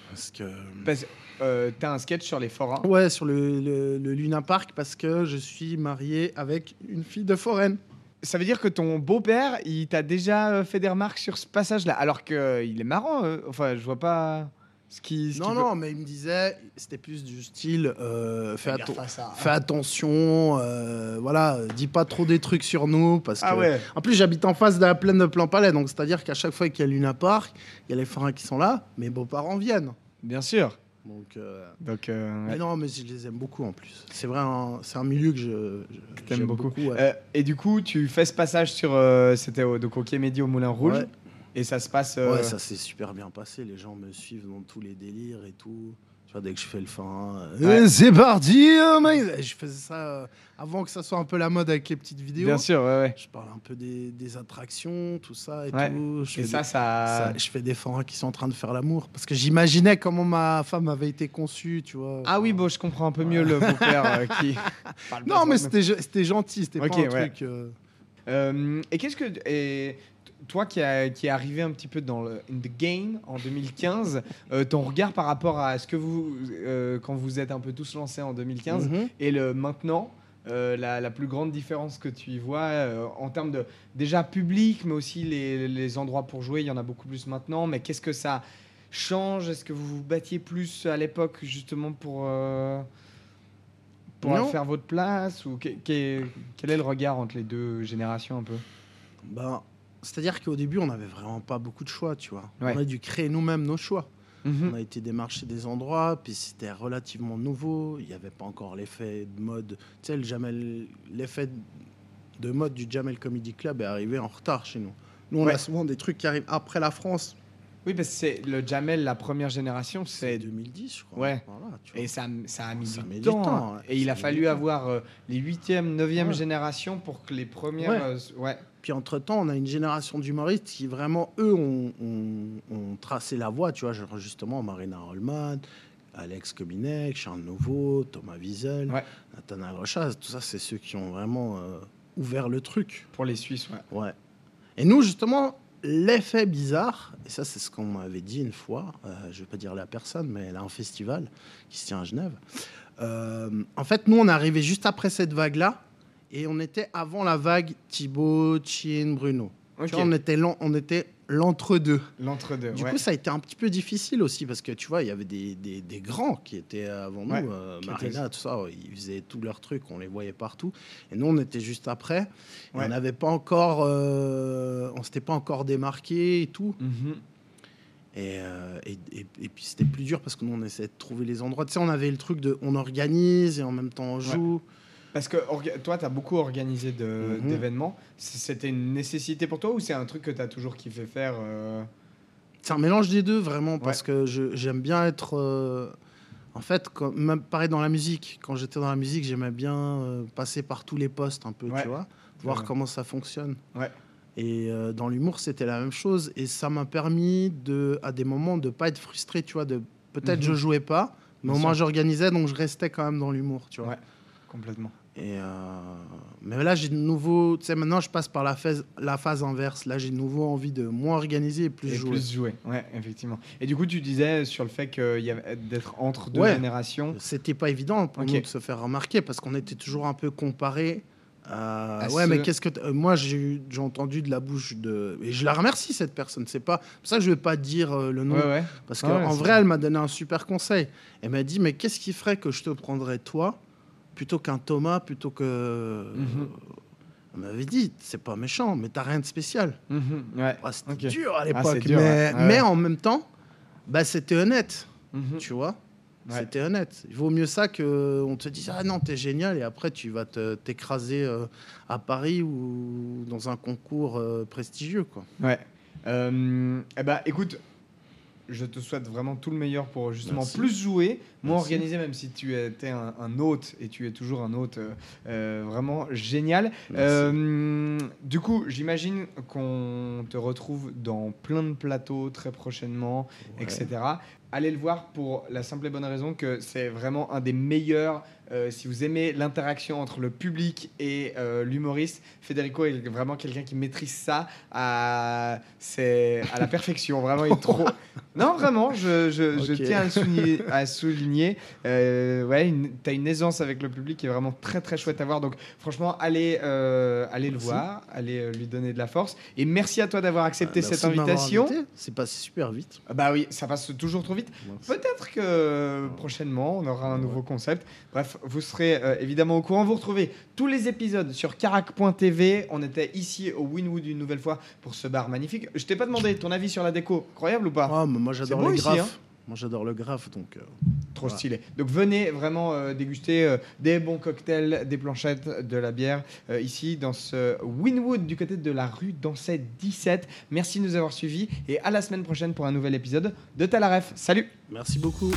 [SPEAKER 3] Parce que.
[SPEAKER 1] Parce- euh, T'as un sketch sur les forains.
[SPEAKER 3] Ouais, sur le, le- le Luna Park, parce que je suis marié avec une fille de foraine.
[SPEAKER 1] Ça veut dire que ton beau-père, il t'a déjà euh, fait des remarques sur ce passage-là, alors que euh, il est marrant. euh, enfin, je vois pas ce qui. ce
[SPEAKER 3] Non,
[SPEAKER 1] qui
[SPEAKER 3] non, mais il me disait, c'était plus du style euh, fais,
[SPEAKER 1] peut-
[SPEAKER 3] atten- fais attention, euh, voilà, euh, dis pas trop des trucs sur nous. Parce
[SPEAKER 1] Ah
[SPEAKER 3] que
[SPEAKER 1] ouais.
[SPEAKER 3] En plus, j'habite en face de la plaine de Plan Palais, donc c'est-à-dire qu'à chaque fois qu'il y a Luna Park, il y a les forains qui sont là, mes beaux-parents viennent.
[SPEAKER 1] Bien sûr.
[SPEAKER 3] Donc, euh,
[SPEAKER 1] Donc. euh, ouais.
[SPEAKER 3] mais non, mais je les aime beaucoup en plus. C'est vrai, un- c'est un milieu que je, je-
[SPEAKER 1] t'aimes
[SPEAKER 3] j'aime
[SPEAKER 1] beaucoup.
[SPEAKER 3] ouais.
[SPEAKER 1] Euh, et du coup, tu fais ce passage sur. euh, C'était au- donc au Quai Mehdi au Moulin Rouge.
[SPEAKER 3] Ouais.
[SPEAKER 1] Et ça se passe.
[SPEAKER 3] Ouais,
[SPEAKER 1] euh,
[SPEAKER 3] ça s'est super bien passé. Les gens me suivent dans tous les délires et tout. Tu vois, dès que je fais le fin, euh, Eh,
[SPEAKER 1] Ouais.
[SPEAKER 3] c'est parti. euh, mais- Je faisais ça euh, avant que ça soit un peu la mode avec les petites vidéos.
[SPEAKER 1] Bien sûr, ouais, ouais.
[SPEAKER 3] Je parle un peu des, des attractions, tout ça et
[SPEAKER 1] Ouais.
[SPEAKER 3] tout. Je
[SPEAKER 1] Et
[SPEAKER 3] fais
[SPEAKER 1] ça,
[SPEAKER 3] des-
[SPEAKER 1] ça.
[SPEAKER 3] Ça, je fais des forains qui sont en train de faire l'amour parce que j'imaginais comment ma femme avait été conçue, tu vois.
[SPEAKER 1] Ah oui,
[SPEAKER 3] Enfin,
[SPEAKER 1] bon, je comprends un peu mieux le beau-père euh, qui. parle pas
[SPEAKER 3] Non, mais
[SPEAKER 1] fort,
[SPEAKER 3] c'était ge- c'était gentil, c'était
[SPEAKER 1] Ok,
[SPEAKER 3] pas un
[SPEAKER 1] ouais.
[SPEAKER 3] truc. euh,
[SPEAKER 1] Euh, et qu'est-ce que. Et t- toi qui, a- qui est arrivé un petit peu dans le in the game en 2015, euh, ton regard par rapport à ce que vous. euh, quand vous êtes un peu tous lancés en 2015
[SPEAKER 3] mhm.
[SPEAKER 1] et le maintenant, euh, la, la plus grande différence que tu y vois euh, en termes de. Déjà public, mais aussi les, les endroits pour jouer, il y en a beaucoup plus maintenant. Mais qu'est-ce que ça change Est-ce que vous vous battiez plus à l'époque justement pour. euh, pour
[SPEAKER 3] Non.
[SPEAKER 1] faire votre place ou que- qu'est- quel est le regard entre les deux générations un peu
[SPEAKER 3] Ben, C'est-à-dire qu'au début, on n'avait vraiment pas beaucoup de choix, tu vois.
[SPEAKER 1] Ouais.
[SPEAKER 3] On a dû créer nous-mêmes nos choix.
[SPEAKER 1] Mhm.
[SPEAKER 3] On a été démarcher des endroits, puis c'était relativement nouveau. Il n'y avait pas encore l'effet de mode. Tu sais, le Jamel- l'effet de mode du Jamel Comedy Club est arrivé en retard chez nous. Nous, on
[SPEAKER 1] Ouais.
[SPEAKER 3] a souvent des trucs qui arrivent après la France.
[SPEAKER 1] Oui, parce que c'est le Jamel, la première génération,
[SPEAKER 3] C'est
[SPEAKER 1] c'est.
[SPEAKER 3] 2010, je crois.
[SPEAKER 1] Ouais.
[SPEAKER 3] Voilà, tu vois.
[SPEAKER 1] Et ça, ça a mis
[SPEAKER 3] Ça
[SPEAKER 1] du
[SPEAKER 3] met du
[SPEAKER 1] temps.
[SPEAKER 3] temps,
[SPEAKER 1] hein.
[SPEAKER 3] ouais.
[SPEAKER 1] Et il
[SPEAKER 3] Ça
[SPEAKER 1] a
[SPEAKER 3] met
[SPEAKER 1] fallu
[SPEAKER 3] du temps.
[SPEAKER 1] avoir euh, les 8e, 9e
[SPEAKER 3] Ouais.
[SPEAKER 1] générations pour que les premières.
[SPEAKER 3] Ouais.
[SPEAKER 1] euh, s- Ouais.
[SPEAKER 3] Puis entre-temps, on a une génération d'humoristes qui vraiment, eux, ont, ont- ont tracé la voie. Tu vois, genre justement, Marina Rollman, Alex Kobinek, Charles Nouveau, Thomas Wiesel,
[SPEAKER 1] Ouais.
[SPEAKER 3] Nathanaël Rochas, tout ça, c'est ceux qui ont vraiment euh, ouvert le truc.
[SPEAKER 1] Pour les Suisses, ouais.
[SPEAKER 3] Ouais. Et nous, justement, l'effet bizarre, et ça, c'est ce qu'on m'avait dit une fois, euh, je vais pas dire la personne, mais elle a un festival qui se tient à Genève. Euh, en fait, nous, on arrivait juste après cette vague-là, et on était avant la vague Thibaut, Chin, Bruno.
[SPEAKER 1] Ok.
[SPEAKER 3] Tu vois, on était l'en- on était l'entre-deux.
[SPEAKER 1] L'entre-deux.
[SPEAKER 3] Du
[SPEAKER 1] ouais.
[SPEAKER 3] coup, ça a été un petit peu difficile aussi parce que tu vois, il y avait des, des- des grands qui étaient avant nous,
[SPEAKER 1] Ouais,
[SPEAKER 3] euh,
[SPEAKER 1] qui
[SPEAKER 3] Marina, tout ça, ouais, ils faisaient tous leurs trucs, on les voyait partout. Et nous, on était juste après. Et
[SPEAKER 1] Ouais.
[SPEAKER 3] On n'avait pas encore, euh, on s'était pas encore démarqué et tout.
[SPEAKER 1] Mhm.
[SPEAKER 3] Et, euh, et, et- et puis c'était plus dur parce que nous, on essayait de trouver les endroits. Tu sais, on avait le truc de, on organise et en même temps on joue.
[SPEAKER 1] Parce que orga- toi, t'as beaucoup organisé de-
[SPEAKER 3] Mhm.
[SPEAKER 1] d'événements. C- C'était une nécessité pour toi ou c'est un truc que t'as toujours kiffé faire euh,
[SPEAKER 3] C'est un mélange des deux, vraiment, parce que je- j'aime bien être. euh, en fait, quand- même pareil dans la musique. Quand j'étais dans la musique, j'aimais bien euh, passer par tous les postes un peu,
[SPEAKER 1] Ouais.
[SPEAKER 3] tu vois, voir
[SPEAKER 1] vois.
[SPEAKER 3] comment ça fonctionne.
[SPEAKER 1] Ouais.
[SPEAKER 3] Et euh, dans l'humour, c'était la même chose. Et ça m'a permis, de, à des moments, de pas être frustré, tu vois. De, peut-être
[SPEAKER 1] Mhm.
[SPEAKER 3] je jouais pas, mais
[SPEAKER 1] Bien
[SPEAKER 3] au moins
[SPEAKER 1] sûr.
[SPEAKER 3] j'organisais, donc je restais quand même dans l'humour, tu vois.
[SPEAKER 1] Ouais. Complètement.
[SPEAKER 3] Et euh, mais là, j'ai de nouveau. Tu sais, maintenant, je passe par la phase, la phase inverse. Là, j'ai de nouveau envie de moins organiser et plus
[SPEAKER 1] et
[SPEAKER 3] jouer.
[SPEAKER 1] plus jouer. Ouais, effectivement. Et du coup, tu disais sur le fait qu'il y avait d'être entre deux
[SPEAKER 3] Ouais.
[SPEAKER 1] générations.
[SPEAKER 3] C'était pas évident pour
[SPEAKER 1] Ok.
[SPEAKER 3] nous de se faire remarquer parce qu'on était toujours un peu comparé. à
[SPEAKER 1] À
[SPEAKER 3] ouais,
[SPEAKER 1] ce-
[SPEAKER 3] mais qu'est-ce que t'- euh, moi j'ai eu- j'ai entendu de la bouche de et je la remercie cette personne. C'est pas pour ça que je vais pas dire euh, le nom
[SPEAKER 1] Ouais, ouais.
[SPEAKER 3] parce qu'en
[SPEAKER 1] Ouais, c'est
[SPEAKER 3] vrai
[SPEAKER 1] ça.
[SPEAKER 3] elle m'a donné un super conseil. Elle m'a dit mais qu'est-ce qui ferait que je te prendrais toi plutôt qu'un Thomas plutôt que
[SPEAKER 1] Mhm.
[SPEAKER 3] elle m'avait dit c'est pas méchant mais t'as rien de spécial.
[SPEAKER 1] Mhm, ouais.
[SPEAKER 3] Ah, c'était
[SPEAKER 1] Ok.
[SPEAKER 3] dur à l'époque,
[SPEAKER 1] c'est dur,
[SPEAKER 3] mais,
[SPEAKER 1] ouais. Ah, Ouais,
[SPEAKER 3] mais
[SPEAKER 1] ouais.
[SPEAKER 3] en même temps, bah, c'était honnête,
[SPEAKER 1] Mhm.
[SPEAKER 3] tu vois.
[SPEAKER 1] Ouais.
[SPEAKER 3] C'était honnête. Il vaut mieux ça que on te dise ah non t'es génial et après tu vas te- t'écraser euh, à Paris ou dans un concours euh, prestigieux quoi.
[SPEAKER 1] Ouais. Euh, eh ben, écoute, je te souhaite vraiment tout le meilleur pour justement
[SPEAKER 3] Merci.
[SPEAKER 1] plus jouer, moins
[SPEAKER 3] Merci.
[SPEAKER 1] organiser, même si tu étais un, un hôte et tu es toujours un hôte euh, euh, vraiment génial. Euh, du coup, j'imagine qu'on te retrouve dans plein de plateaux très prochainement,
[SPEAKER 3] Ouais.
[SPEAKER 1] etc. Allez le voir pour la simple et bonne raison que c'est vraiment un des meilleurs. euh, si vous aimez l'interaction entre le public et euh, l'humoriste, Federico est vraiment quelqu'un qui maîtrise ça à, c'est à la perfection. Vraiment, il est trop. Non, vraiment, je, je- je
[SPEAKER 3] Ok.
[SPEAKER 1] tiens à le souligner. À souligner. Euh, ouais, une- t'as une aisance avec le public qui est vraiment très très chouette à voir. Donc, franchement, allez, euh, allez le
[SPEAKER 3] Merci.
[SPEAKER 1] voir, allez euh, lui donner de la force. Et merci à toi d'avoir accepté
[SPEAKER 3] Ah, merci
[SPEAKER 1] cette
[SPEAKER 3] de m'avoir
[SPEAKER 1] invitation.
[SPEAKER 3] invité. C'est passé super vite.
[SPEAKER 1] Bah oui, ça passe toujours trop vite. Peut-être que prochainement, on aura un nouveau concept. Bref, vous serez euh, évidemment au courant. Vous retrouvez tous les épisodes sur carac.tv. On était ici au Winwood une nouvelle fois pour ce bar magnifique. Je t'ai pas demandé ton avis sur la déco. Incroyable ou pas
[SPEAKER 3] Ah, mais moi j'adore
[SPEAKER 1] C'est beau
[SPEAKER 3] le
[SPEAKER 1] ici,
[SPEAKER 3] graphe.
[SPEAKER 1] hein.
[SPEAKER 3] Moi j'adore le graphe donc. euh,
[SPEAKER 1] Trop
[SPEAKER 3] Voilà.
[SPEAKER 1] stylé. Donc venez vraiment euh, déguster euh, des bons cocktails, des planchettes, de la bière euh, ici dans ce Winwood du côté de la rue d'Ancet 17. Merci de nous avoir suivis et à la semaine prochaine pour un nouvel épisode de Talaref. Salut
[SPEAKER 3] merci beaucoup.